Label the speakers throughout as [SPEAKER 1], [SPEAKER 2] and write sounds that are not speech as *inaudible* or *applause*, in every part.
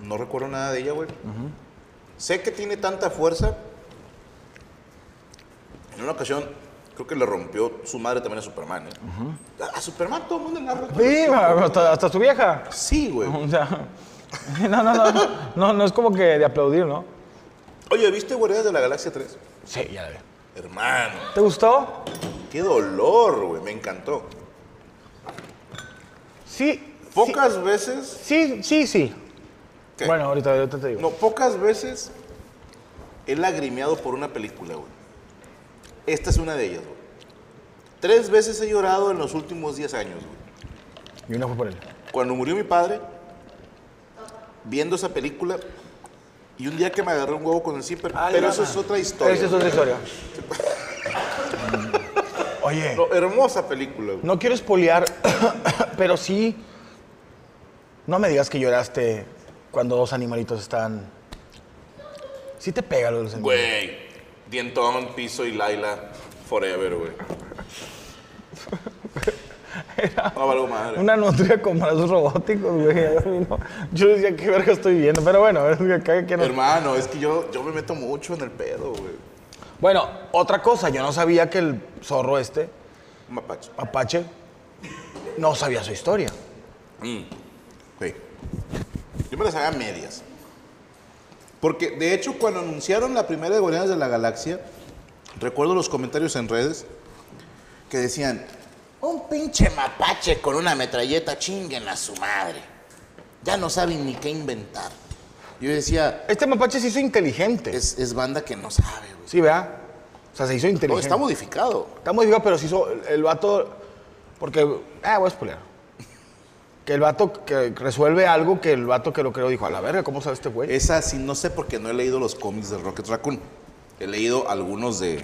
[SPEAKER 1] No recuerdo nada de ella, güey. Sé que tiene tanta fuerza. En una ocasión, creo que le rompió su madre también a Superman. ¿eh? A- A Superman todo el mundo le ha roto.
[SPEAKER 2] Sí, hasta, hasta su vieja.
[SPEAKER 1] Sí, güey.
[SPEAKER 2] O sea, *laughs* no, no, no, no, no, no es como que de aplaudir, ¿no?
[SPEAKER 1] Oye, ¿viste Guardianes de la Galaxia 3?
[SPEAKER 2] Sí, ya la vi.
[SPEAKER 1] Hermano,
[SPEAKER 2] ¿Te gustó?
[SPEAKER 1] qué dolor, güey. Me encantó.
[SPEAKER 2] Sí.
[SPEAKER 1] Pocas veces.
[SPEAKER 2] Sí, sí, sí.
[SPEAKER 1] ¿Qué?
[SPEAKER 2] Bueno, ahorita, ahorita te digo.
[SPEAKER 1] No, pocas veces he lagrimeado por una película, güey. Esta es una de ellas, güey. Tres veces he llorado en los últimos 10 años, güey.
[SPEAKER 2] Y una fue por él.
[SPEAKER 1] Cuando murió mi padre, viendo esa película, y un día que me agarré un huevo con el zipper, pero eso es otra historia.
[SPEAKER 2] Esa es
[SPEAKER 1] *laughs*
[SPEAKER 2] otra historia. Oye,
[SPEAKER 1] No, hermosa película, güey.
[SPEAKER 2] no quiero espolear, *coughs* pero sí. No me digas que lloraste cuando dos animalitos están. Sí te pega lo de los animalitos.
[SPEAKER 1] Güey, Dientón, Piso y Laila, forever,
[SPEAKER 2] *laughs*
[SPEAKER 1] güey. No, algo madre.
[SPEAKER 2] Una nutria con brazos robóticos, güey. A mí no. Yo decía, qué verga estoy viendo. Pero bueno, es que cada quien-
[SPEAKER 1] Hermano, es que yo, yo me meto mucho en el pedo, güey.
[SPEAKER 2] Bueno, otra cosa, yo no sabía que el zorro este,
[SPEAKER 1] Mapache.
[SPEAKER 2] Apache, no sabía su historia.
[SPEAKER 1] Sí. Yo me las haga medias. Porque, de hecho, cuando anunciaron la primera de Guardianes de la Galaxia, recuerdo los comentarios en redes que decían: Un pinche mapache con una metralleta, chinguen a su madre. Ya no saben ni qué inventar. Yo decía:
[SPEAKER 2] Este mapache se hizo inteligente.
[SPEAKER 1] Es, es banda que no sabe, güey.
[SPEAKER 2] Sí, ¿verdad? O sea, se hizo
[SPEAKER 1] No,
[SPEAKER 2] inteligente.
[SPEAKER 1] está modificado.
[SPEAKER 2] Está modificado, pero se hizo el- el vato. Porque. Ah, voy a spoiler. Que el vato que resuelve algo que el vato que lo creó dijo, a la verga, ¿cómo sabe este güey?
[SPEAKER 1] Esa sí, no sé porque no he leído los cómics de Rocket Raccoon. He leído algunos de,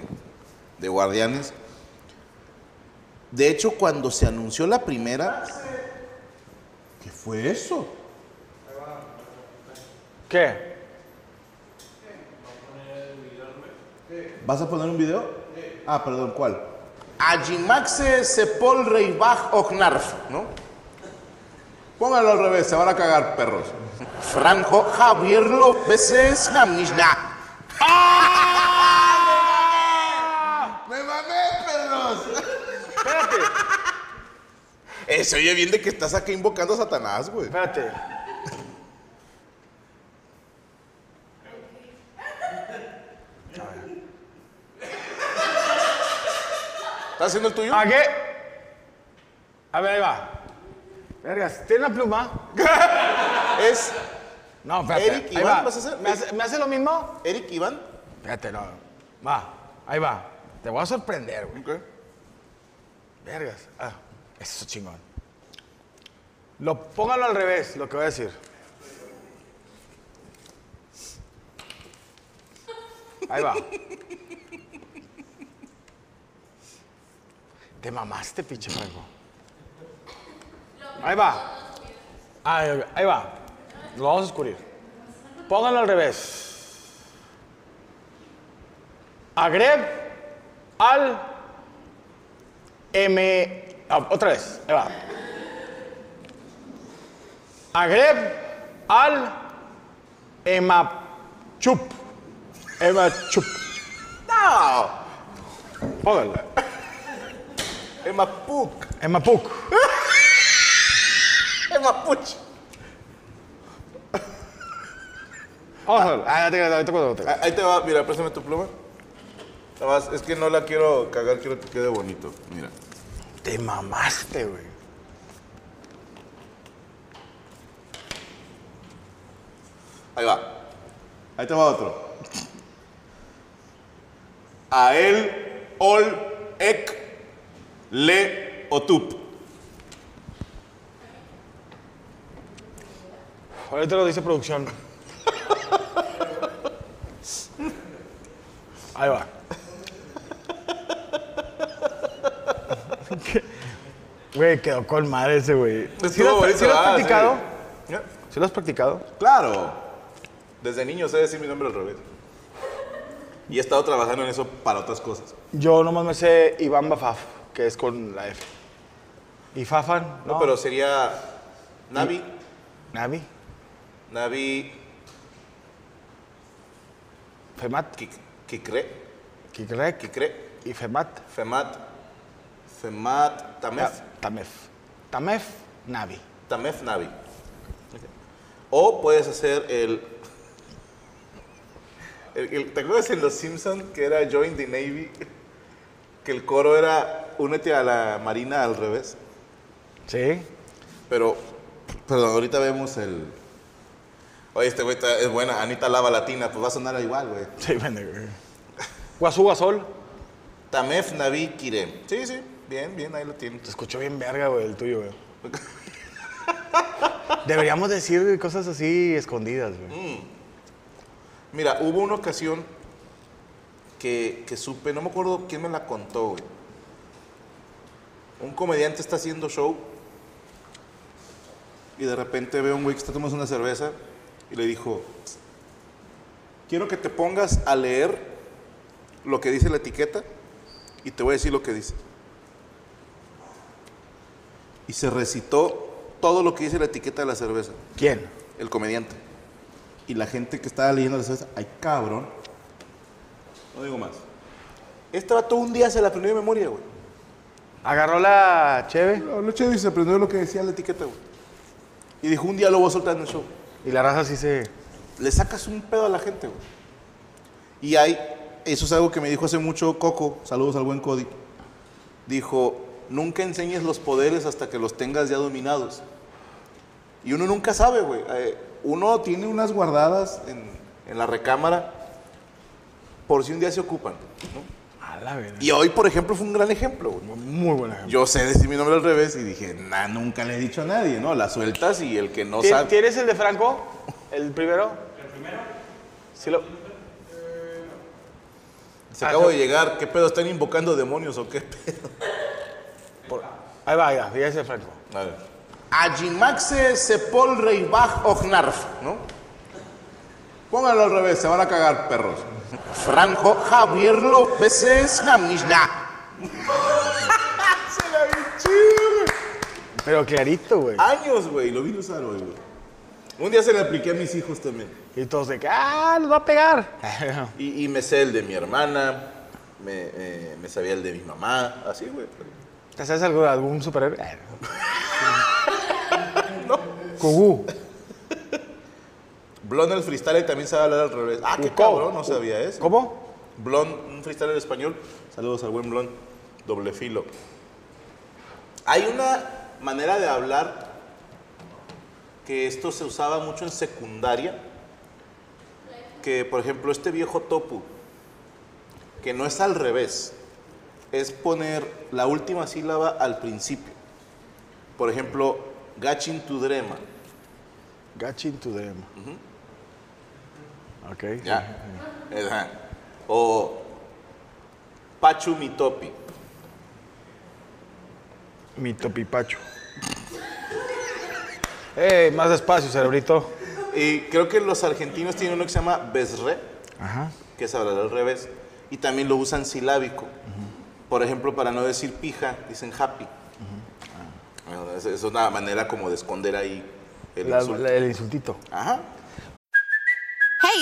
[SPEAKER 1] de Guardianes. De hecho, cuando se anunció la primera. ¿Qué fue eso?
[SPEAKER 2] ¿Qué?
[SPEAKER 1] ¿Vas a poner un video? Ah, perdón, ¿cuál? Ajimaxe Sepol Reibach Ognarf, ¿no? Pónganlo al revés, se van a cagar, perros. Franco Javier López es Hamnishna. ¡Me mamé, perros!
[SPEAKER 2] Espérate,
[SPEAKER 1] Eh, se oye bien de que estás acá invocando a Satanás, güey.
[SPEAKER 2] espérate.
[SPEAKER 1] ¿Estás haciendo el tuyo?
[SPEAKER 2] ¿A qué? A ver, ahí va. Vergas, ¿tiene la pluma?
[SPEAKER 1] Es
[SPEAKER 2] No, espérate.
[SPEAKER 1] Eric,
[SPEAKER 2] ahí
[SPEAKER 1] Iván,
[SPEAKER 2] va.
[SPEAKER 1] ¿vas a hacer?
[SPEAKER 2] ¿Me, hace, ¿Me hace lo mismo?
[SPEAKER 1] Eric Iván.
[SPEAKER 2] Espérate, no. Va, ahí va. Te voy a sorprender, güey.
[SPEAKER 1] Ok.
[SPEAKER 2] Vergas. Ah, eso chingón. Lo, póngalo al revés, lo que voy a decir. Ahí va. Te mamaste, pinche Franco. Ahí va. Ahí, ahí va. Lo vamos a descubrir. Póngalo al revés. Agreb al M. ah, otra vez, ahí va. Agreb al Emachup. Emachup.
[SPEAKER 1] ¡No!
[SPEAKER 2] Póngalo.
[SPEAKER 1] Emma Puck.
[SPEAKER 2] Emapuk.
[SPEAKER 1] Emma Puch.
[SPEAKER 2] Vamos a verlo. Ah, ya te quedas, ahorita cuando te
[SPEAKER 1] Ah, Ahí te va, mira, préstame tu pluma. Nada más, es que no la quiero cagar, quiero que quede bonito. Mira.
[SPEAKER 2] Te mamaste, güey.
[SPEAKER 1] Ahí va. Ahí te va otro. A él, ol, ek, le, otup.
[SPEAKER 2] Ahorita lo dice producción. Ahí *laughs* va. ¿Qué? Güey, quedó con madre ese, güey. ¿Sí lo
[SPEAKER 1] Estuvo
[SPEAKER 2] has,
[SPEAKER 1] bonito,
[SPEAKER 2] sí lo has
[SPEAKER 1] ah,
[SPEAKER 2] practicado?
[SPEAKER 1] sí. Ya.
[SPEAKER 2] ¿Sí lo has practicado?
[SPEAKER 1] Claro. Desde niño sé decir mi nombre al revés. Y he estado trabajando en eso para otras cosas.
[SPEAKER 2] Yo nomás me sé Iván Bafaf, que es con la F. ¿Y Fafan?
[SPEAKER 1] No, pero sería Navi,
[SPEAKER 2] Navi.
[SPEAKER 1] Navi
[SPEAKER 2] Femat,
[SPEAKER 1] Ki- Kikre,
[SPEAKER 2] Kikrek
[SPEAKER 1] Kikre,
[SPEAKER 2] y Femat.
[SPEAKER 1] Femat, Femat, Tamef,
[SPEAKER 2] Ta- Tamef. Tamef, Navi.
[SPEAKER 1] Tamef Navi. O puedes hacer el, el- el- ¿Te acuerdas en Los Simpsons que era Join the Navy? Que el coro era Únete a la Marina al revés.
[SPEAKER 2] Sí.
[SPEAKER 1] Pero, perdón, ahorita vemos el. Oye, este güey está- es buena, Anita Lava Latina, pues va a sonar igual, güey.
[SPEAKER 2] Sí, pendejo. Guazú, Guasol.
[SPEAKER 1] Tamef Navi Kirem. Sí, sí, bien, bien, ahí lo tienen.
[SPEAKER 2] Te escuchó bien verga, güey, el *laughs* tuyo, güey. Deberíamos decir cosas así escondidas, güey.
[SPEAKER 1] Mira, hubo una ocasión que, que supe, no me acuerdo quién me la contó, güey. Un comediante está haciendo show y de repente ve a un güey que está tomando una cerveza y le dijo, quiero que te pongas a leer lo que dice la etiqueta y te voy a decir lo que dice. Y se recitó todo lo que dice la etiqueta de la cerveza
[SPEAKER 2] ¿Quién?
[SPEAKER 1] el comediante. Y la gente que estaba leyendo las cosas, ay cabrón. No digo más. Este vato un día se la aprendió de memoria, güey.
[SPEAKER 2] ¿Agarró la cheve?
[SPEAKER 1] La noche se aprendió lo que decía la etiqueta, güey. Y dijo, un día lo voy a soltar en el show.
[SPEAKER 2] Y la raza sí se...
[SPEAKER 1] Le sacas un pedo a la gente, güey. Y hay, eso es algo que me dijo hace mucho Coco, saludos al buen Cody. Dijo, nunca enseñes los poderes hasta que los tengas ya dominados. Y uno nunca sabe, güey. Eh, Uno tiene unas guardadas en, en la recámara por si un día se ocupan. ¿no?
[SPEAKER 2] A la verga.
[SPEAKER 1] Y hoy, por ejemplo, fue un gran ejemplo. güey.
[SPEAKER 2] Muy buena gente.
[SPEAKER 1] Yo sé decir mi nombre al revés y dije, nah, nunca le he dicho a nadie, ¿no? La sueltas y el que no sabe...
[SPEAKER 2] ¿Tienes el de Franco? ¿El primero? ¿El primero? Sí lo...
[SPEAKER 1] Se
[SPEAKER 2] Ah,
[SPEAKER 1] acabo
[SPEAKER 2] no.
[SPEAKER 1] de llegar, ¿qué pedo? ¿Están invocando demonios o qué pedo?
[SPEAKER 2] por- Ahí va, ahí va, fíjese Franco.
[SPEAKER 1] A ver. Ajimaxe Sepol Reibach Ochnarf, ¿no? Pónganlo al revés, se van a cagar, perros. Franco Javier López es Hamnishna. se la vi chido, güey.
[SPEAKER 2] Pero clarito, güey.
[SPEAKER 1] Años, güey, lo vine a usar hoy, güey. Un día se le apliqué a mis hijos también.
[SPEAKER 2] Y todos de que, ¡ah, los va a pegar!
[SPEAKER 1] Y, y me sé el de mi hermana, me, eh, me sabía el de mi mamá, así, güey.
[SPEAKER 2] ¿Te sabes algo de algún superhéroe? Eh, no. *laughs* Cucú.
[SPEAKER 1] Blon el freestyle también sabe hablar al revés. Ah, qué
[SPEAKER 2] Ucó.
[SPEAKER 1] cabrón, no sabía eso.
[SPEAKER 2] ¿Cómo?
[SPEAKER 1] Blon, un freestyler español. Saludos al buen Blon. Doble filo. Hay una manera de hablar que esto se usaba mucho en secundaria. Que, por ejemplo, este viejo topu, que no es al revés, es poner la última sílaba al principio. Por ejemplo, gachin tudrema.
[SPEAKER 2] Gachin to them. Ok.
[SPEAKER 1] Ya. Ajá. O pachu mitopi.
[SPEAKER 2] Mi topipacho. ¡Ey, más despacio, cerebrito!
[SPEAKER 1] Y creo que los argentinos tienen uno que se llama besre,
[SPEAKER 2] Ajá.
[SPEAKER 1] que es hablar al revés, y también lo usan silábico. Por ejemplo, para no decir pija, dicen happy. Bueno, es, es una manera como de esconder ahí el
[SPEAKER 2] La-
[SPEAKER 1] insulto.
[SPEAKER 2] la- el insultito.
[SPEAKER 1] Ajá.
[SPEAKER 3] Hey,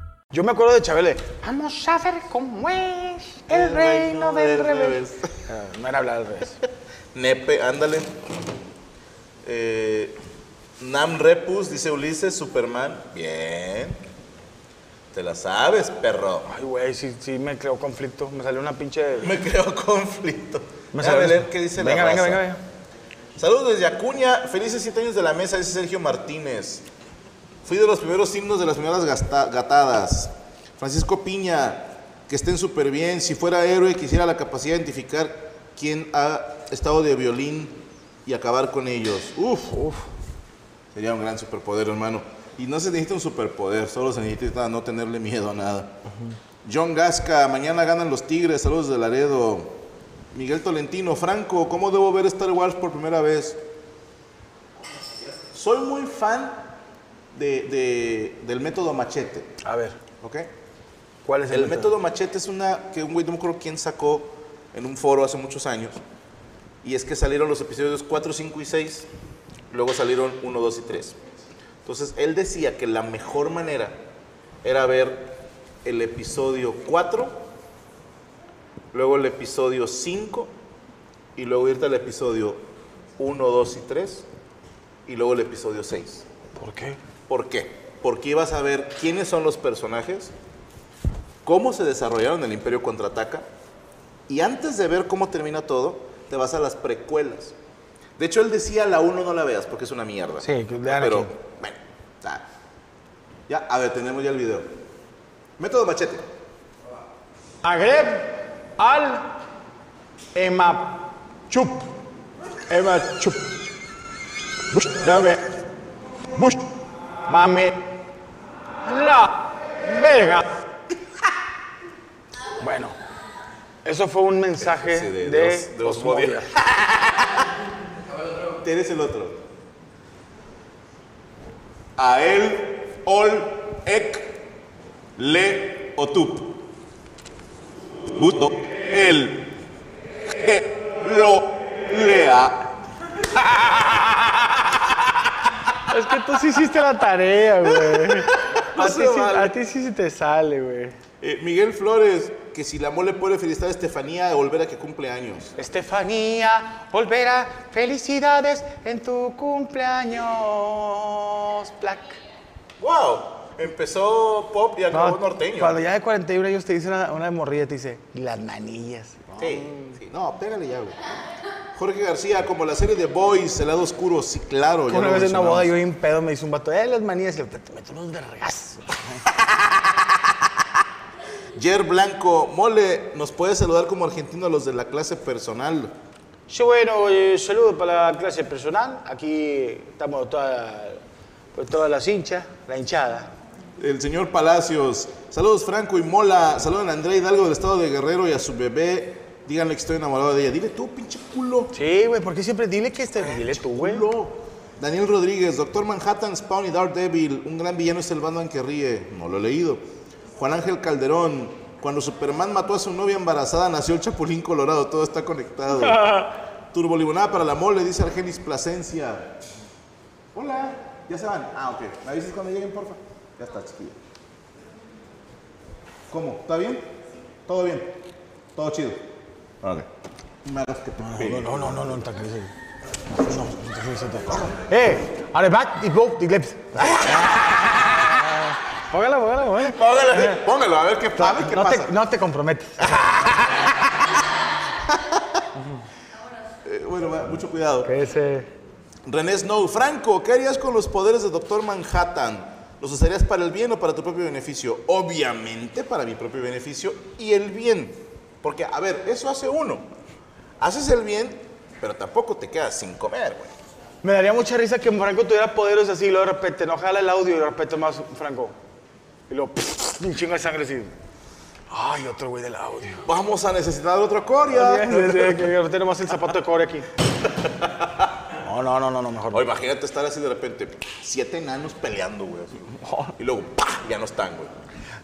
[SPEAKER 2] Yo me acuerdo de Chabele. Vamos a ver cómo es el reino del revés.
[SPEAKER 4] Eh,
[SPEAKER 2] Ah, No era hablar al revés.
[SPEAKER 1] Nepe, ándale. Eh, Nam Repus, dice Ulises, Superman. Bien. Te la sabes, perro. *laughs*
[SPEAKER 2] Ay, güey, sí, sí me creó conflicto. Me salió una pinche.
[SPEAKER 1] Me creo conflicto.
[SPEAKER 2] Me
[SPEAKER 1] Déjame
[SPEAKER 2] salió-
[SPEAKER 1] leer qué dice
[SPEAKER 2] venga,
[SPEAKER 1] la
[SPEAKER 2] venga,
[SPEAKER 1] raza.
[SPEAKER 2] venga, venga.
[SPEAKER 1] Saludos desde Acuña, felices siete años de la mesa, dice Sergio Martínez. Fui de los primeros himnos de las primeras gasta- gatadas. Francisco Piña, que estén súper bien. Si fuera héroe, quisiera la capacidad de identificar quién ha estado de violín y acabar con ellos. Uf, uf. Sería un gran superpoder, hermano. Y no se necesita un superpoder, solo se necesita no tenerle miedo a nada. John Gasca, mañana ganan los Tigres, saludos de Laredo. Miguel Tolentino, Franco, ¿cómo debo ver Star Wars por primera vez? Soy muy fan de- de- del método machete,
[SPEAKER 4] A ver,
[SPEAKER 1] ¿ok?
[SPEAKER 4] ¿cuál es el,
[SPEAKER 1] El método machete es una que un güey, no me acuerdo quién sacó en un foro hace muchos años. Y es que salieron los episodios 4, 5 y 6. Luego salieron 1, 2 y 3. Entonces él decía que la mejor manera era ver el episodio 4, luego el episodio 5, y luego irte al episodio 1, 2 y 3, y luego el episodio 6.
[SPEAKER 4] ¿Por qué?
[SPEAKER 1] ¿Por qué? Porque ibas a ver quiénes son los personajes, cómo se desarrollaron el Imperio Contraataca, y antes de ver cómo termina todo, te vas a las precuelas. De hecho, él decía la 1 no la veas porque es una mierda.
[SPEAKER 4] Sí, que de
[SPEAKER 1] Pero,
[SPEAKER 4] Anakin.
[SPEAKER 1] bueno, ya. ya, a ver, tenemos ya el video. Método machete.
[SPEAKER 2] Agreb al Emachup. Emachup. Bush, dame. Bush, mame. La verga.
[SPEAKER 4] Bueno, eso fue un mensaje
[SPEAKER 1] Sí, de-
[SPEAKER 4] de, de
[SPEAKER 1] de Os- de Osmodia.
[SPEAKER 4] Osmodia.
[SPEAKER 1] Tienes el otro. A él, ol, ek, le, otup. Buto, el, je, lo, lea.
[SPEAKER 2] Es que tú sí hiciste la tarea, güey.
[SPEAKER 1] No
[SPEAKER 2] a,
[SPEAKER 1] se
[SPEAKER 2] ti sí,
[SPEAKER 1] vale.
[SPEAKER 2] a ti sí se te sale, güey.
[SPEAKER 1] Eh, Miguel Flores, que si la mole puede felicitar a Estefanía de volver a que cumple años.
[SPEAKER 2] Estefanía, volverá. Felicidades en tu cumpleaños. Black.
[SPEAKER 1] ¡Wow! Empezó pop y acabó
[SPEAKER 4] Cuando ya de 41 ellos te dicen una, una morrilla, te dice, "Y las manillas.
[SPEAKER 1] Sí,
[SPEAKER 4] Ah.
[SPEAKER 1] sí. No, pégale ya, güey. Jorge García, como la serie de Boys, El lado oscuro, sí, claro. ya
[SPEAKER 4] Una
[SPEAKER 1] lo
[SPEAKER 4] vez en una boda
[SPEAKER 1] mencionamos.
[SPEAKER 4] yo en pedo me hizo un vato, eh, las manillas, y le te meto unos vergas.
[SPEAKER 1] Jer Blanco, mole, ¿nos puedes saludar como argentino a los de la clase personal?
[SPEAKER 2] Yo, bueno, eh, saludos para la clase personal. Aquí estamos toda- pues, todas las hinchas, la hinchada.
[SPEAKER 1] El señor Palacios, saludos Franco y Mola, saludan a André Hidalgo del estado de Guerrero y a su bebé, díganle que estoy enamorado de ella. Dile tú, pinche culo.
[SPEAKER 4] Sí, güey, porque siempre dile que este. Dile tú, güey.
[SPEAKER 1] Culo. Daniel Rodríguez, Doctor Manhattan, Spawn y Daredevil, un gran villano es el Batman que ríe, no lo he leído. Juan Ángel Calderón, cuando Superman mató a su novia embarazada, nació el Chapulín Colorado, todo está conectado. Turbo Limonada para la mole, dice Argenis Plasencia. Hola, ya se van. Ah, ok. ¿Me avisas cuando lleguen, porfa? Ya está, chiquilla. ¿Cómo? ¿Está bien? ¿Todo bien? ¿Todo chido? Ok. No me hagas que te pegue.
[SPEAKER 4] No, no, no, no, no, tranquilízate. No, no, tranquilízate. Eh, are back y both the
[SPEAKER 2] *laughs*
[SPEAKER 4] lips. Póngala, póngala, póngala.
[SPEAKER 1] Póngalo, póngalo, a ver qué, a ver qué
[SPEAKER 4] No
[SPEAKER 1] pasa.
[SPEAKER 4] te, no te comprometes.
[SPEAKER 1] Eh, bueno, va, mucho cuidado.
[SPEAKER 4] Que ese.
[SPEAKER 1] René Snow, Franco, ¿qué harías con los poderes de Doctor Manhattan? ¿Los usarías para el bien o para tu propio beneficio? Obviamente para mi propio beneficio y el bien. Porque, a ver, eso hace uno. Haces el bien, pero tampoco te quedas sin comer, güey.
[SPEAKER 2] Me daría mucha risa que Franco tuviera poderes así, y luego de repente no jala el audio y de repente más Franco. Y luego, un chingo de sangre *laughs* así.
[SPEAKER 4] Ay, otro güey del audio.
[SPEAKER 1] Vamos a necesitar otro Coria.
[SPEAKER 2] Que de repente nomás el zapato de cobre *laughs* aquí.
[SPEAKER 4] No, no, no, no, no, mejor.
[SPEAKER 1] O imagínate estar así de repente, siete enanos peleando, güey. así. Y luego, ¡pah! Ya no están, güey.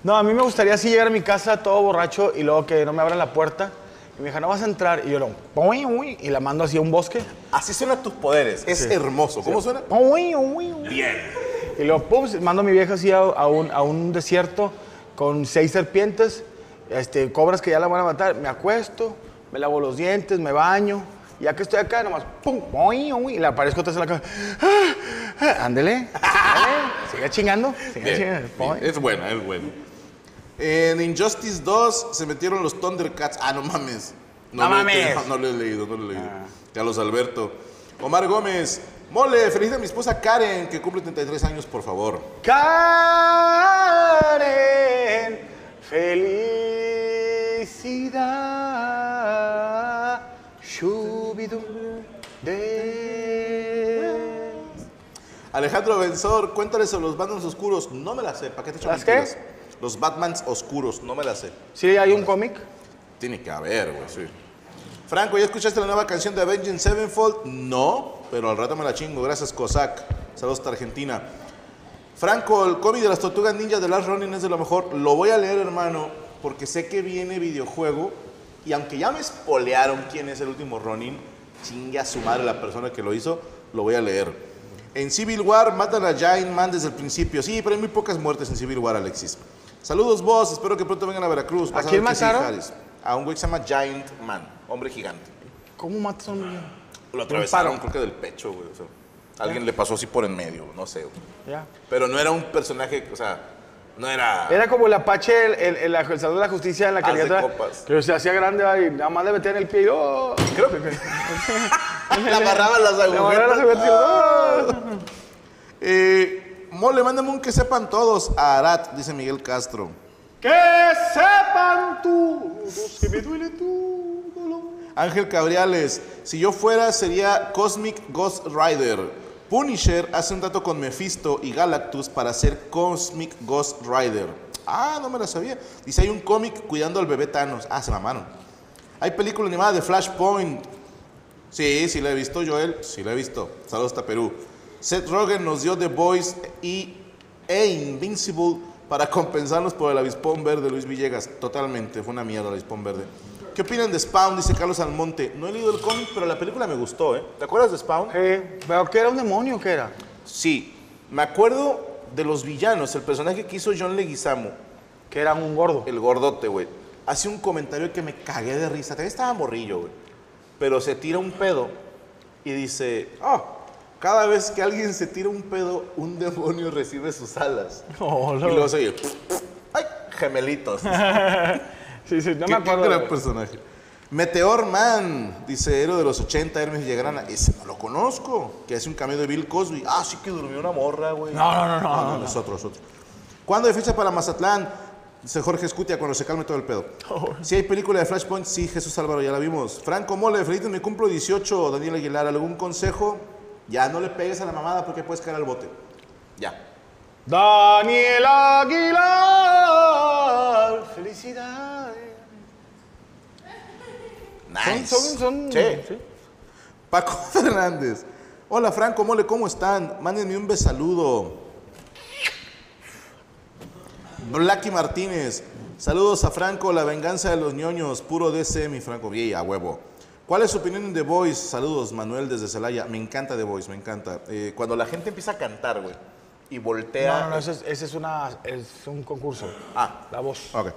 [SPEAKER 4] No, a mí me gustaría así llegar a mi casa todo borracho y luego que no me abran la puerta. Y me dijo, no vas a entrar. Y yo lo, "Uy, uy", y la mando hacia un bosque.
[SPEAKER 1] Así suenan tus poderes. Es hermoso. ¿Cómo suena?
[SPEAKER 4] Uy, uy, uy.
[SPEAKER 1] Bien.
[SPEAKER 4] Y luego, pum, mando a mi vieja así a, a un, a un desierto con seis serpientes, este, cobras que ya la van a matar. Me acuesto, me lavo los dientes, me baño. y Ya que estoy acá, nomás, pum, uy, uy, y le aparezco otra vez en la cama. Ah,
[SPEAKER 1] *laughs*
[SPEAKER 4] ah, Ándele, ándele, siga chingando, siga
[SPEAKER 1] Bien,
[SPEAKER 4] chingando.
[SPEAKER 1] bien.
[SPEAKER 4] Pum.
[SPEAKER 1] Es buena, es buena. En Injustice 2 se metieron los Thundercats. Ah, no mames.
[SPEAKER 4] No
[SPEAKER 1] lo he-
[SPEAKER 4] mames. Ah.
[SPEAKER 1] No lo he leído, no lo he leído. Carlos Alberto. Omar Gómez. Mole, feliz a mi esposa Karen, que cumple 33 años, por favor.
[SPEAKER 2] Karen, felicidad, shubidum de.
[SPEAKER 1] Alejandro Benzor, cuéntales sobre los Batmans oscuros. No me la sé. ¿Para qué te echo
[SPEAKER 4] ¿Las qué?
[SPEAKER 1] mentiras? Los Batmans oscuros. No me la sé.
[SPEAKER 4] Sí, hay un cómic.
[SPEAKER 1] Tiene que haber, güey, sí. Franco, ¿ya escuchaste la nueva canción de Avenging Sevenfold? No, pero al rato me la chingo. Gracias, Cossack. Saludos hasta Argentina. Franco, el cómic de las tortugas ninjas de Last Ronin es de lo mejor. Lo voy a leer, hermano, porque sé que viene videojuego. Y aunque ya me espolearon quién es el último Ronin, chingue a su madre la persona que lo hizo, lo voy a leer. En Civil War matan a Giant Man desde el principio. Sí, pero hay muy pocas muertes en Civil War, Alexis. Saludos, vos. Espero que pronto vengan a Veracruz. Vas
[SPEAKER 4] ¿A quién
[SPEAKER 1] ver que sí,
[SPEAKER 4] mataron?
[SPEAKER 1] Jaris. A un güey que se llama Giant Man, hombre gigante.
[SPEAKER 4] ¿Cómo matas a un niño?
[SPEAKER 1] Lo atravesaron, creo que del pecho, güey. o sea, alguien le pasó así por en medio, no sé. güey.
[SPEAKER 4] Ya.
[SPEAKER 1] Pero no era un personaje, o sea, no era.
[SPEAKER 4] Era como el Apache, el, el, el, el Salvador de la Justicia en la
[SPEAKER 1] Haz de
[SPEAKER 4] caricatura.
[SPEAKER 1] copas.
[SPEAKER 4] Que se hacía grande y nada más le metían el pie y ¡oh!
[SPEAKER 1] Creo que. *laughs* la amarraban las Ah.
[SPEAKER 4] Le amarraron las agujetas y, ¡oh!
[SPEAKER 1] Eh, mole, mándame un que sepan todos a Arat, dice Miguel Castro.
[SPEAKER 4] Que sepan todos que me duele tu dolor.
[SPEAKER 1] Ángel Cabriales, si yo fuera sería Cosmic Ghost Rider. Punisher hace un trato con Mephisto y Galactus para ser Cosmic Ghost Rider. Ah, no me la sabía. Dice, hay un cómic cuidando al bebé Thanos. Ah, se mamaron. Hay película animada de Flashpoint. Sí, sí la he visto, Joel. Sí la he visto. Saludos hasta Perú. Seth Rogen nos dio The Boys y, e Invincible para compensarnos por el avispón verde, Luis Villegas. Totalmente, fue una mierda el avispón verde. ¿Qué opinan de Spawn? Dice Carlos Almonte. No he leído el cómic, pero la película me gustó, ¿eh? ¿Te acuerdas de Spawn?
[SPEAKER 4] Eh, ¿Pero qué era un demonio? ¿Qué era?
[SPEAKER 1] Sí. Me acuerdo de los villanos, el personaje que hizo John Leguizamo,
[SPEAKER 4] Que era un gordo.
[SPEAKER 1] el gordote, güey. Hace un comentario que me cagué de risa. También estaba morrillo, güey. Pero se tira un pedo y dice, oh, cada vez que alguien se tira un pedo, un demonio recibe sus alas.
[SPEAKER 4] No,
[SPEAKER 1] y luego se oye, ay, gemelitos.
[SPEAKER 4] Sí, sí, no
[SPEAKER 1] ¿Qué, pues?
[SPEAKER 4] me
[SPEAKER 1] qué
[SPEAKER 4] acuerdo.
[SPEAKER 1] gran
[SPEAKER 4] güey.
[SPEAKER 1] personaje. Meteor Man, dice héroe de los 80, Hermes Villagrana. Ese no lo conozco. Que hace un cameo de Bill Cosby. Ah, sí que durmió una morra, güey. Ah,
[SPEAKER 4] No, no, no, no, no,
[SPEAKER 1] Es otro, es otro. ¿Cuándo hay fecha para Mazatlán? Dice Jorge Escutia, cuando se calme todo el pedo.
[SPEAKER 4] Oh.
[SPEAKER 1] Si hay película de Flashpoint, sí, Jesús Álvaro, ya la vimos. Franco Mole, feliz me cumplo 18. Daniel Aguilar, ¿algún consejo? Ya, no le pegues a la mamada porque puedes caer al bote. Ya.
[SPEAKER 4] Daniel Aguilar. Felicidades. Son,
[SPEAKER 1] Nice.
[SPEAKER 4] son, son.
[SPEAKER 1] Sí. Paco *laughs* Fernández. Hola Franco Mole, ¿cómo están? Mándenme un besaludo. Blacky Martínez. Saludos a Franco, la venganza de los ñoños, puro DC, mi Franco. Bien, a huevo. ¿Cuál es su opinión de The Voice? Saludos, Manuel desde Celaya. Me encanta The Voice, me encanta. Eh, cuando la gente empieza a cantar, güey, y voltea.
[SPEAKER 4] No, no, no, ese es, ese es, una, es un concurso.
[SPEAKER 1] Eh, Ah.
[SPEAKER 4] La voz.
[SPEAKER 1] Ok.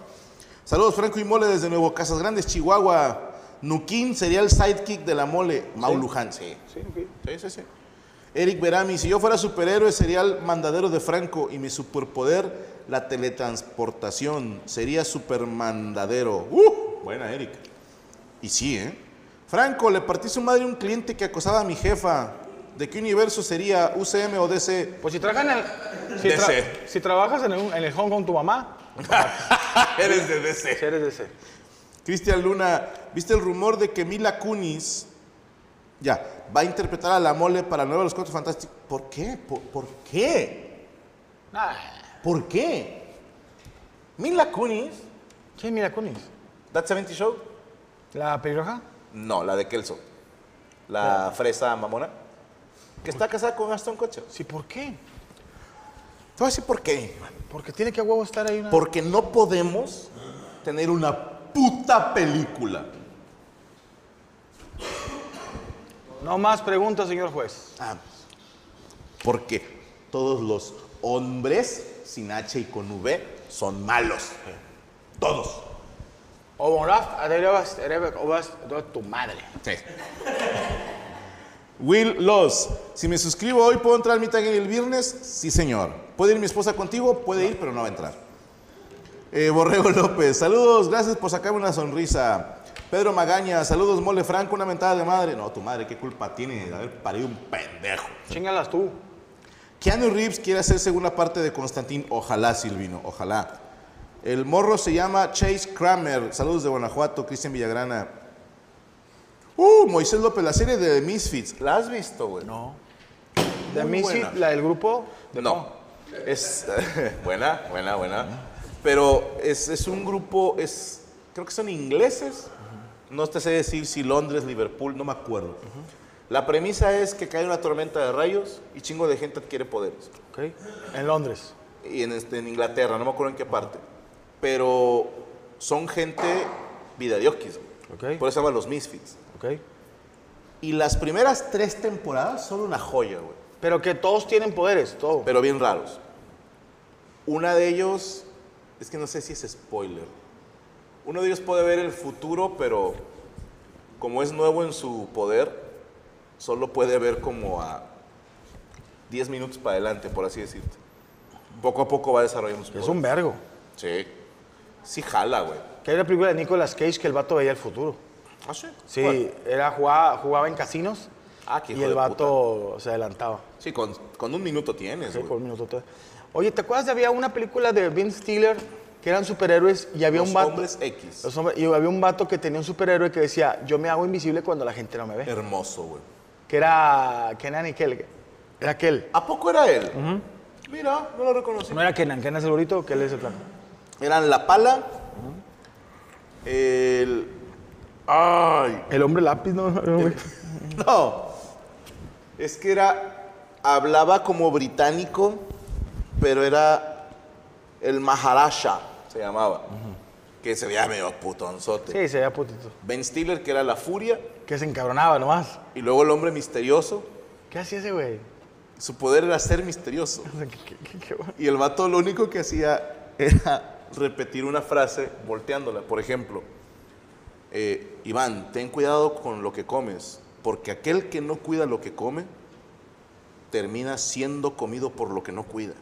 [SPEAKER 1] Saludos, Franco y Mole desde Nuevo Casas Grandes, Chihuahua. Nuquín sería el sidekick de la mole. Mau Luján, sí.
[SPEAKER 4] Sí, ok.
[SPEAKER 1] Sí, sí, sí. Eric Berami, si yo fuera superhéroe sería el mandadero de Franco y mi superpoder la teletransportación. Sería supermandadero. ¡Uh! Buena, Eric. Y sí, ¿eh? Franco, le partí su madre a un cliente que acosaba a mi jefa. ¿De qué universo sería? ¿UCM o DC?
[SPEAKER 4] Pues si trabajas en el. Si, tra-
[SPEAKER 1] DC.
[SPEAKER 4] si trabajas en el, en el Hong Kong tu mamá,
[SPEAKER 1] Eres de DC.
[SPEAKER 4] si eres de ese.
[SPEAKER 1] Cristian Luna, ¿viste el rumor de que Mila Kunis ya va a interpretar a la mole para la nueva de los cuatro fantásticos? ¿Por qué? ¿Por, por qué? ¿Por qué? Mila Kunis,
[SPEAKER 4] ¿Quién mira Kunis?
[SPEAKER 1] That 70 Show?
[SPEAKER 4] ¿La pelirroja?
[SPEAKER 1] No, la de Kelso. La fresa mamona. Que está casada con Aston Kutcher.
[SPEAKER 4] Sí, ¿por qué?
[SPEAKER 1] Te voy a decir por qué.
[SPEAKER 4] Porque tiene que a huevo estar ahí una.
[SPEAKER 1] Porque no podemos tener una puta película.
[SPEAKER 4] No más preguntas, señor juez.
[SPEAKER 1] Ah, porque todos los hombres sin H y con V son malos. Todos.
[SPEAKER 4] O Bonaf, Adelabas, Erebek, Obas, toda tu madre.
[SPEAKER 1] Will Loss, si me suscribo hoy, ¿puedo entrar al Meet and Greet el viernes? Sí, señor. ¿Puede ir mi esposa contigo? Puede ir, pero no va a entrar. Eh, Borrego López, saludos, gracias por sacarme una sonrisa. Pedro Magaña, saludos, Mole Franco, una mentada de madre. No, tu madre, ¿qué culpa tiene de haber parido un pendejo?
[SPEAKER 4] Chingalas tú.
[SPEAKER 1] Keanu Reeves quiere hacer segunda parte de Constantín. Ojalá, Silvino, ojalá. El morro se llama Chase Kramer. Saludos de Guanajuato, Cristian Villagrana. Uh, Moisés López, la serie de Misfits. ¿La has visto, güey? No.
[SPEAKER 4] De
[SPEAKER 1] muy
[SPEAKER 4] mí sí,
[SPEAKER 1] buena.
[SPEAKER 4] la del grupo. de
[SPEAKER 1] no.
[SPEAKER 4] Mo.
[SPEAKER 1] Es *laughs* buena, buena, buena. Pero es, es un grupo, es, creo que son ingleses. No te sé decir si Londres, Liverpool, no me acuerdo. La premisa es que cae una tormenta de rayos y chingo de gente adquiere poderes.
[SPEAKER 4] Ok. En Londres.
[SPEAKER 1] Y en, este, en Inglaterra, no me acuerdo en qué parte. Pero son gente vidadiosquis.
[SPEAKER 4] Ok.
[SPEAKER 1] Por eso se llaman los Misfits.
[SPEAKER 4] Ok.
[SPEAKER 1] Y las primeras tres temporadas son una joya, güey.
[SPEAKER 2] Pero que todos tienen poderes, todo.
[SPEAKER 1] pero bien raros. Una de ellos, es que no sé si es spoiler. Uno de ellos puede ver el futuro, pero como es nuevo en su poder, solo puede ver como a 10 minutos para adelante, por así decirte. Poco a poco va desarrollando su
[SPEAKER 4] Es
[SPEAKER 1] poder.
[SPEAKER 4] un vergo.
[SPEAKER 1] Sí. Sí jala, güey.
[SPEAKER 2] Que hay una película de Nicolas Cage que el vato veía el futuro.
[SPEAKER 1] ¿Ah, sí?
[SPEAKER 2] Sí,
[SPEAKER 1] ¿Cuál?
[SPEAKER 2] era jugaba, jugaba en casinos
[SPEAKER 1] Ah, qué hijo
[SPEAKER 2] y el
[SPEAKER 1] de
[SPEAKER 2] vato se adelantaba.
[SPEAKER 1] Sí, con, con un minuto tienes,
[SPEAKER 2] Sí,
[SPEAKER 1] güey.
[SPEAKER 2] por un minuto. todo. Oye, ¿te acuerdas de había una película de Ben Stiller que eran superhéroes y había
[SPEAKER 1] Los
[SPEAKER 2] un vato
[SPEAKER 1] hombres X.
[SPEAKER 2] Los hombres- y había un vato que tenía un superhéroe que decía, "Yo me hago invisible cuando la gente no me
[SPEAKER 1] Eh.
[SPEAKER 2] ve."
[SPEAKER 1] Hermoso, güey.
[SPEAKER 2] Que era Kenan y Kel. Era aquel.
[SPEAKER 1] ¿A poco era él? Mira, no lo reconocí.
[SPEAKER 2] No era Kenan, Kenan es el gorito, que él es
[SPEAKER 1] *laughs*
[SPEAKER 2] el plano.
[SPEAKER 1] Eran la pala, el. ¡Ay!
[SPEAKER 2] El hombre lápiz, no,
[SPEAKER 1] No. Es que era. Hablaba como británico, pero era. El Maharaja se llamaba. Que se veía medio putonzote.
[SPEAKER 2] Sí, se veía putito.
[SPEAKER 1] Ben Stiller, que era la furia.
[SPEAKER 2] Que se encabronaba nomás.
[SPEAKER 1] Y luego el hombre misterioso.
[SPEAKER 2] ¿Qué hacía ese güey? *laughs*
[SPEAKER 1] Su poder era ser misterioso.
[SPEAKER 2] O sea, ¿qué- qué- qué- qué-
[SPEAKER 1] Y el vato lo único que hacía era repetir una frase volteándola. Por ejemplo, eh, Iván, ten cuidado con lo que comes, porque aquel que no cuida lo que come termina siendo comido por lo que no cuida.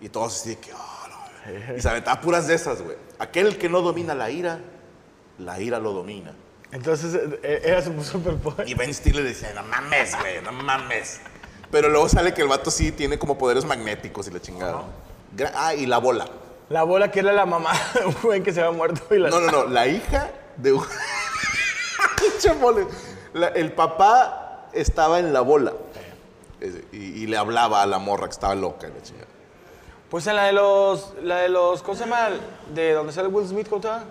[SPEAKER 1] Y todos así de que, "Ah, la madre". Y se aventaba puras de esas, güey. Aquel que no domina la ira, la ira lo domina.
[SPEAKER 2] Entonces eh, eh, era su superpoder.
[SPEAKER 1] Y Ben Stiller decía, no mames, güey, no mames. Pero luego sale que el vato sí tiene como poderes magnéticos y la chingada. Gra- Ah, y la bola.
[SPEAKER 2] La bola que era la mamá de un güey que se había muerto y la...
[SPEAKER 1] No, no, no, la hija de un... *laughs* Pinche mole. La- el papá estaba en la bola. Es- Y, y le hablaba a la morra que estaba loca y la chingada.
[SPEAKER 2] Pues en la de los, la de los, ¿cómo se llama? De donde sale Will Smith, ¿cómo se llama?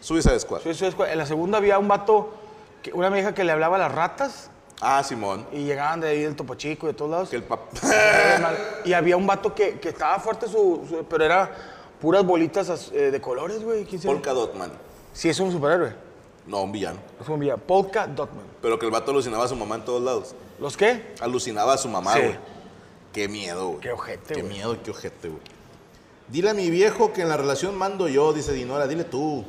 [SPEAKER 1] Subes a Squad.
[SPEAKER 2] Sí, eso es cu- En la segunda había un vato, que- una vieja que le hablaba a las ratas
[SPEAKER 1] Ah, Simón.
[SPEAKER 2] y llegaban de ahí del Topo Chico y de todos lados.
[SPEAKER 1] Que el papá...
[SPEAKER 2] Y había un vato que, que estaba fuerte, su, su- pero era puras bolitas az- eh, de colores, güey. ¿quién sabe?
[SPEAKER 1] *laughs* Polka Dot Man.
[SPEAKER 2] Sí, es un superhéroe.
[SPEAKER 1] No, un villano.
[SPEAKER 2] Es un villano. Polka Dotman.
[SPEAKER 1] Pero que el vato alucinaba a su mamá en todos lados.
[SPEAKER 2] ¿Los qué?
[SPEAKER 1] Alucinaba a su mamá,
[SPEAKER 2] Sí.
[SPEAKER 1] güey. Qué miedo, güey.
[SPEAKER 2] Qué ojete,
[SPEAKER 1] Qué
[SPEAKER 2] güey.
[SPEAKER 1] miedo, qué ojete, güey. Dile a mi viejo que en la relación mando yo, dice Dinora, dile tú.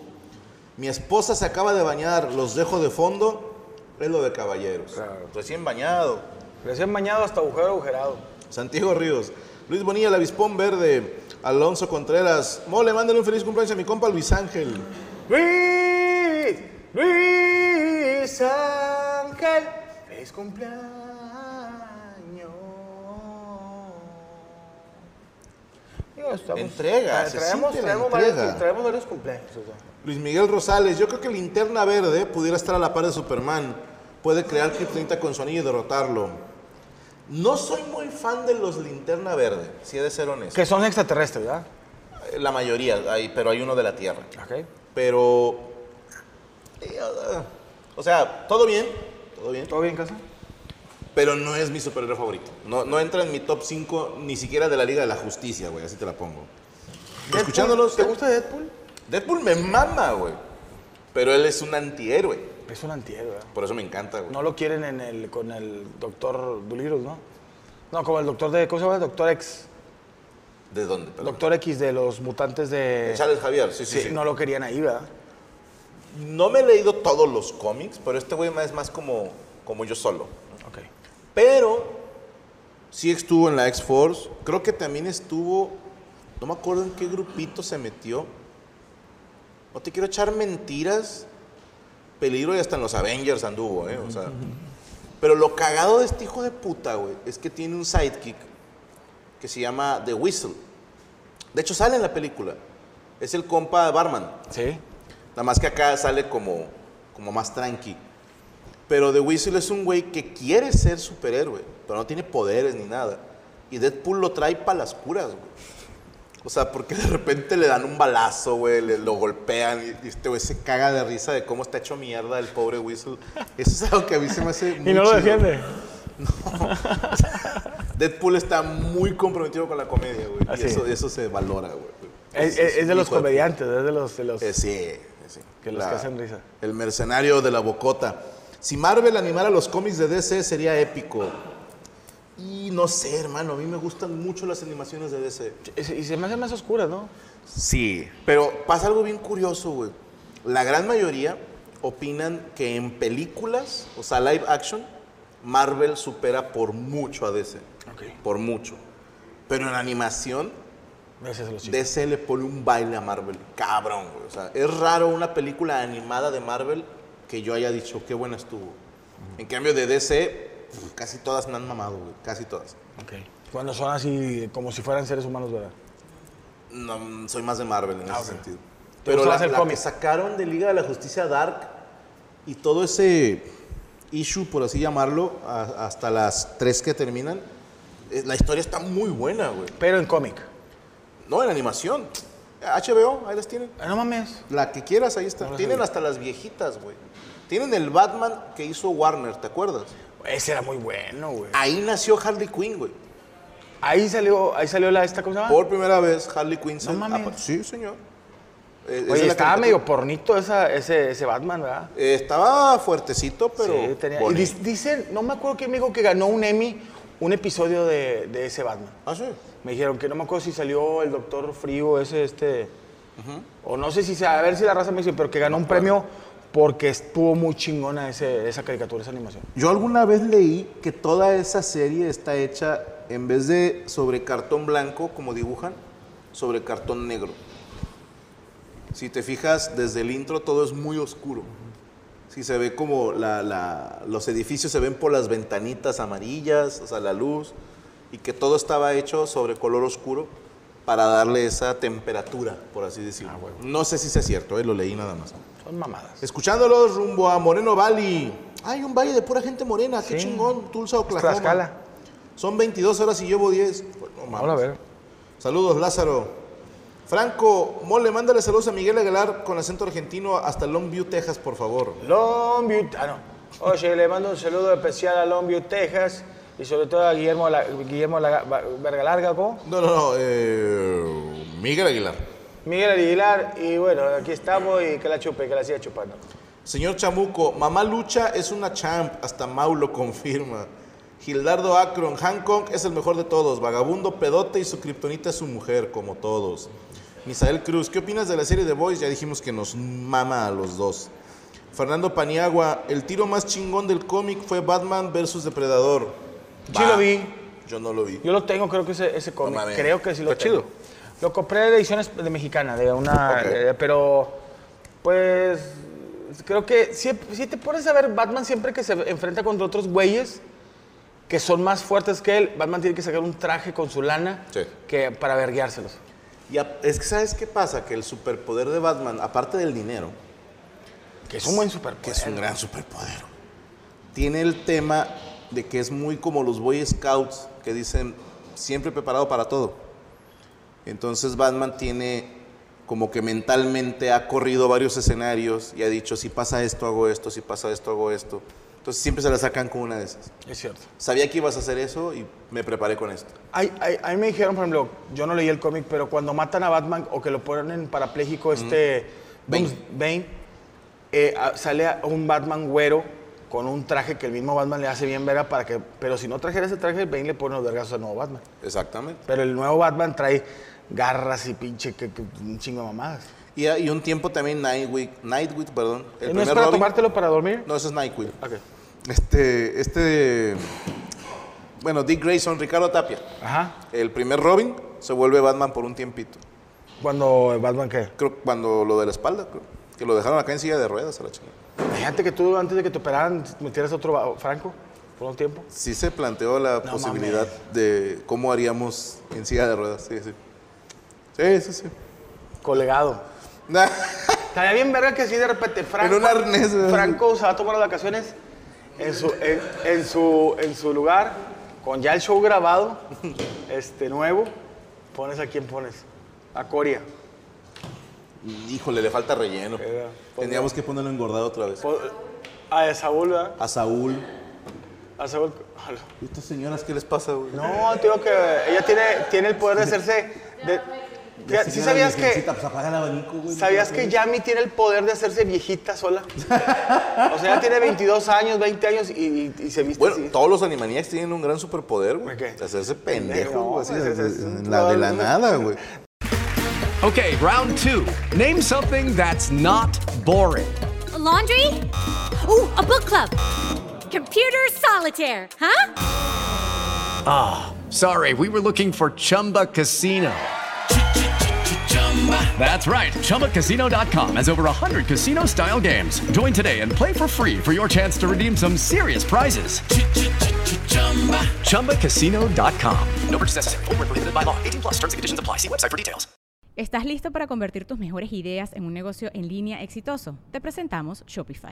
[SPEAKER 1] Mi esposa se acaba de bañar, los dejo de fondo. Es lo de caballeros. Recién bañado.
[SPEAKER 2] Recién bañado hasta agujero agujerado.
[SPEAKER 1] Santiago Ríos. Luis Bonilla, el avispón verde. Alonso Contreras. Mole, mándale un feliz cumpleaños a mi compa Luis Ángel.
[SPEAKER 2] Luis, Luis Ángel, feliz cumpleaños. Digo, estamos-
[SPEAKER 1] Entrega, se
[SPEAKER 2] traemos,
[SPEAKER 1] siente la
[SPEAKER 2] traemos,
[SPEAKER 1] entrega.
[SPEAKER 2] Varios, traemos varios cumpleaños. o sea.
[SPEAKER 1] Luis Miguel Rosales, yo creo que Linterna Verde pudiera estar a la par de Superman. Puede crear Kryptonita con su anillo y derrotarlo. No soy muy fan de los Linterna Verde, si he de ser honesto.
[SPEAKER 2] Que son extraterrestres, ¿verdad?
[SPEAKER 1] La mayoría, hay- pero hay uno de la Tierra.
[SPEAKER 2] Ok.
[SPEAKER 1] Pero... eh, O sea, todo bien, todo bien.
[SPEAKER 2] ¿Todo bien en casa?
[SPEAKER 1] Pero no es mi superhéroe favorito. No, no entra en mi top 5 ni siquiera de la Liga de la Justicia, güey. Así te la pongo. Escuchándolos...
[SPEAKER 2] ¿Te gusta Deadpool?
[SPEAKER 1] Deadpool me mama, güey. Pero él es un antihéroe.
[SPEAKER 2] Es un antihéroe, ¿verdad?
[SPEAKER 1] Por eso me encanta, güey.
[SPEAKER 2] No lo quieren en el, con el doctor Dolittle, ¿no? No, como el doctor de. ¿Cómo se llama? El doctor X.
[SPEAKER 1] ¿De dónde? Perdón.
[SPEAKER 2] Doctor X de los mutantes de.
[SPEAKER 1] Charles Javier, sí, sí.
[SPEAKER 2] Sí,
[SPEAKER 1] sí.
[SPEAKER 2] no
[SPEAKER 1] No,
[SPEAKER 2] lo querían ahí, ¿verdad?
[SPEAKER 1] me he leído todos los cómics, pero este güey es más como, como yo solo.
[SPEAKER 2] Ok.
[SPEAKER 1] Pero sí estuvo en la X-Force. Creo que también estuvo. No me acuerdo en qué grupito se metió. No te quiero echar mentiras. Peligro y hasta en los Avengers anduvo, ¿eh? O
[SPEAKER 2] *laughs*
[SPEAKER 1] sea. Pero lo cagado de este hijo de puta, güey, es que tiene un sidekick que se llama The Whistle. De hecho, sale en la película. Es el compa Barman.
[SPEAKER 2] Sí.
[SPEAKER 1] Nada más que acá sale como, como más tranqui. Pero The Whistle es un güey que quiere ser superhéroe, pero no tiene poderes ni nada. Y Deadpool lo trae para las curas, güey. O sea, porque de repente le dan un balazo, güey, le, lo golpean y, y este güey se caga de risa de cómo está hecho mierda el pobre Whistle. Eso es algo que a mí se me hace muy
[SPEAKER 2] *laughs* Y no lo
[SPEAKER 1] chido. *laughs*
[SPEAKER 2] defiende.
[SPEAKER 1] Deadpool está muy comprometido con la comedia, güey.
[SPEAKER 2] Ah,
[SPEAKER 1] Y
[SPEAKER 2] sí.
[SPEAKER 1] eso, eso se valora, güey.
[SPEAKER 2] Es, es- es de los
[SPEAKER 1] hijo puta.
[SPEAKER 2] comediantes, es de los... de los-
[SPEAKER 1] Eh, sí, eh, sí.
[SPEAKER 2] Que Pues los que hacen risa.
[SPEAKER 1] El mercenario de la bocota. Si Marvel animara los cómics de DC sería épico. Y no sé, hermano, a mí me gustan mucho las animaciones de DC.
[SPEAKER 2] Y se- y se me hacen más oscuras, ¿no?
[SPEAKER 1] Sí. Pero pasa algo bien curioso, güey. La gran mayoría opinan que en películas, o sea, live action, Marvel supera por mucho a DC.
[SPEAKER 2] Ok.
[SPEAKER 1] Por mucho. Pero en animación,
[SPEAKER 2] Gracias a los chicos.
[SPEAKER 1] DC le pone un baile a Marvel. Cabrón, güey. O sea, es raro una película animada de Marvel que yo haya dicho qué buena estuvo. En cambio, de DC, pf, casi todas me han mamado, güey. Casi todas.
[SPEAKER 2] Ok. Cuando son así, como si fueran seres humanos, ¿verdad?
[SPEAKER 1] No, mm, soy más de Marvel en ese sentido.
[SPEAKER 2] Ah, ¿Te
[SPEAKER 1] Pero
[SPEAKER 2] gusta
[SPEAKER 1] la,
[SPEAKER 2] más el
[SPEAKER 1] la que
[SPEAKER 2] cómic?
[SPEAKER 1] sacaron de Liga de la Justicia Dark y todo ese issue, por así llamarlo, a- hasta las tres que terminan, eh, la historia está muy buena, güey.
[SPEAKER 2] Pero en cómic.
[SPEAKER 1] No, en animación. HBO, ahí las tienen.
[SPEAKER 2] Ah, no mames.
[SPEAKER 1] La que quieras, ahí está. Tienen hasta las viejitas, güey. Tienen el Batman que hizo Warner, ¿te acuerdas?
[SPEAKER 2] Ese era muy bueno, güey.
[SPEAKER 1] Ahí nació Harley Quinn, güey.
[SPEAKER 2] Ahí salió, ahí salió la esta, ¿cómo se llama?
[SPEAKER 1] Por primera vez, Harley Quinn se
[SPEAKER 2] Ah. No mames.
[SPEAKER 1] apa- Sí, señor. Eh, esa es
[SPEAKER 2] Oye,
[SPEAKER 1] la
[SPEAKER 2] estaba
[SPEAKER 1] caricatura.
[SPEAKER 2] medio pornito esa, ese, ese Batman, ¿verdad?
[SPEAKER 1] Eh, estaba fuertecito, pero.
[SPEAKER 2] Sí, tenía- Y
[SPEAKER 1] bonito.
[SPEAKER 2] dis- dicen, no me acuerdo quién me dijo que ganó un Emmy un episodio de, de ese Batman.
[SPEAKER 1] Ah, sí.
[SPEAKER 2] Me dijeron que no me acuerdo si salió el Doctor Frío, ese, este. O no sé si sea, a ver si la raza me dice, pero que ganó un premio porque estuvo muy chingona ese, esa caricatura, esa animación.
[SPEAKER 1] Yo alguna vez leí que toda esa serie está hecha en vez de sobre cartón blanco, como dibujan, sobre cartón negro. Si te fijas, desde el intro todo es muy oscuro. Si se ve como la- la- los edificios se ven por las ventanitas amarillas, o sea, la luz, y que todo estaba hecho sobre color oscuro para darle esa temperatura, por así decirlo. No sé si sea cierto, eh, lo leí nada más.
[SPEAKER 2] Son mamadas.
[SPEAKER 1] Escuchándolos rumbo a Moreno Valley. Hay un valle de pura gente morena, qué chingón, Tulsa, Oklahoma.
[SPEAKER 2] Tlaxcala.
[SPEAKER 1] Son 22 horas y llevo 10. Pues, no mames.
[SPEAKER 2] Ahora a ver.
[SPEAKER 1] Saludos, Lázaro. Franco, mole, mándale saludos a Miguel Aguilar con acento argentino hasta Longview, Texas, por favor.
[SPEAKER 2] Longview. Ah, no. Oye, le mando un saludo especial a Longview, Texas. Y sobre todo a Guillermo, la, Guillermo la, Verga Larga, ¿cómo?
[SPEAKER 1] No, no, no, eh, Miguel Aguilar.
[SPEAKER 2] Miguel Aguilar. Y bueno, aquí estamos y que la chupe, que la siga chupando.
[SPEAKER 1] Señor Chamuco, mamá lucha es una champ, hasta Mau lo confirma. Gildardo Akron, Hancock es el mejor de todos, vagabundo, pedote y su kriptonita es su mujer, como todos. Misael Cruz, ¿qué opinas de la serie de Boys? Ya dijimos que nos mama a los dos. Fernando Paniagua, el tiro más chingón del cómic fue Batman versus Depredador.
[SPEAKER 2] Sí lo vi.
[SPEAKER 1] Yo no lo vi.
[SPEAKER 2] Yo lo tengo, creo que ese, ese cómic.
[SPEAKER 1] No mames.
[SPEAKER 2] creo que sí lo
[SPEAKER 1] Está
[SPEAKER 2] tengo.
[SPEAKER 1] chido.
[SPEAKER 2] Lo compré de ediciones de mexicana, de una.
[SPEAKER 1] Ok.
[SPEAKER 2] eh, pero, pues. Creo que si, si te pones a ver, Batman siempre que se enfrenta contra otros güeyes que son más fuertes que él, Batman tiene que sacar un traje con su lana
[SPEAKER 1] Sí.
[SPEAKER 2] que, para vergueárselos.
[SPEAKER 1] Y a- es que, ¿sabes qué pasa? Que el superpoder de Batman, aparte del dinero,
[SPEAKER 2] Que es un buen superpoder.
[SPEAKER 1] que es un gran superpoder. Tiene el tema de que es muy como los Boy Scouts que dicen siempre preparado para todo. Entonces Batman tiene como que mentalmente ha corrido varios escenarios y ha dicho si pasa esto hago esto, si pasa esto hago esto. Entonces siempre se la sacan con una de esas.
[SPEAKER 2] Es cierto.
[SPEAKER 1] Sabía que ibas a hacer eso y me preparé con esto.
[SPEAKER 2] Ay, ay, a mí me dijeron, por ejemplo, yo no leí el cómic, pero cuando matan a Batman o que lo ponen parapléjico, este
[SPEAKER 1] Mm. Bane.
[SPEAKER 2] Dooms- Bane, eh, a- sale a un Batman güero con un traje que el mismo Batman le hace bien vera para que. Pero si no trajera ese traje, Bane le pone los vergazos al nuevo Batman.
[SPEAKER 1] Exactamente.
[SPEAKER 2] Pero el nuevo Batman trae garras y pinche que, que- un chingo de mamadas.
[SPEAKER 1] Y, y un tiempo también Nightwing, Nightwing, perdón. El
[SPEAKER 2] Eh, ¿No
[SPEAKER 1] primer
[SPEAKER 2] es para
[SPEAKER 1] Robin-
[SPEAKER 2] tomártelo para dormir?
[SPEAKER 1] No, eso es Nightwing.
[SPEAKER 2] Ok.
[SPEAKER 1] Este, este, bueno, Dick Grayson, Ricardo Tapia,
[SPEAKER 2] Ajá.
[SPEAKER 1] el primer Robin, se vuelve Batman por un tiempito.
[SPEAKER 2] Cuando el Batman qué?
[SPEAKER 1] Creo que cuando lo de la espalda, creo, que lo dejaron acá en silla de ruedas a la chingada.
[SPEAKER 2] Imagínate que tú antes de que te operaran metieras otro ba- Franco por un tiempo.
[SPEAKER 1] Sí se planteó la
[SPEAKER 2] No
[SPEAKER 1] posibilidad de cómo haríamos en silla de ruedas, sí, sí. Sí, sí, *laughs* sí.
[SPEAKER 2] Colegado.
[SPEAKER 1] Nah,
[SPEAKER 2] Estaría bien verga que así de repente Franco,
[SPEAKER 1] En un arnés, ¿verdad?
[SPEAKER 2] Franco se va a tomar las vacaciones en su, en, en su, en su lugar, con ya el show
[SPEAKER 1] *laughs*
[SPEAKER 2] grabado, este nuevo, pones a quién pones. A Coria.
[SPEAKER 1] Híjole, le falta relleno. Tendríamos que ponerlo engordado otra vez.
[SPEAKER 2] Po- A Saúl, ¿verdad?
[SPEAKER 1] A Saúl.
[SPEAKER 2] A Saúl.
[SPEAKER 1] ¿Y estas señoras qué les pasa, güey?
[SPEAKER 2] No, te digo que ella tiene, tiene el poder de hacerse. De,
[SPEAKER 1] La
[SPEAKER 2] si
[SPEAKER 1] señora
[SPEAKER 2] sabías que.
[SPEAKER 1] virgencita, Pues apaga el abanico, güey.
[SPEAKER 2] ¿Sabías que Yami tiene el poder de hacerse
[SPEAKER 1] *laughs*
[SPEAKER 2] viejita sola? O sea, ella tiene 22 años, 20 años y, y- y se viste
[SPEAKER 1] Bueno,
[SPEAKER 2] así.
[SPEAKER 1] todos los animaniacs tienen un gran superpoder, güey.
[SPEAKER 2] ¿De qué?
[SPEAKER 1] Hacerse pendejo,
[SPEAKER 2] No,
[SPEAKER 1] güey. así,
[SPEAKER 2] pues, es- es
[SPEAKER 1] en la de la
[SPEAKER 2] un-
[SPEAKER 1] nada, güey.
[SPEAKER 5] Okay, round two. Name something that's not boring.
[SPEAKER 6] A laundry? Ooh, a book club. Computer solitaire, huh?
[SPEAKER 5] Sorry, we were looking for Chumba Casino. That's right, ChumbaCasino.com has over 100 casino style games. Join today and play for free for your chance to redeem some serious prizes. ChumbaCasino.com. No purchase necessary, forward, prohibited by law, 18 plus terms and conditions apply. See website for details.
[SPEAKER 7] ¿Estás listo para convertir tus mejores ideas en un negocio en línea exitoso? Te presentamos Shopify.